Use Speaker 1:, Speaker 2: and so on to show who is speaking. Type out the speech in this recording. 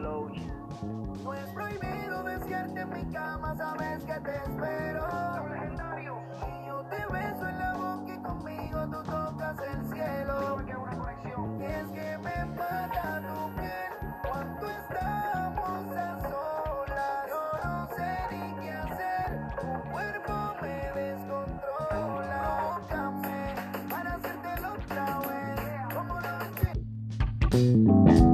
Speaker 1: noche Pues en mi cama sabes que te espero. Y yo te beso en la boca y conmigo tú tocas el cielo. Y es que me mata tu piel cuando estamos a solas. Yo no sé ni qué hacer, tu cuerpo me descontrola. Tócame para hacértelo otra vez, como lo hice.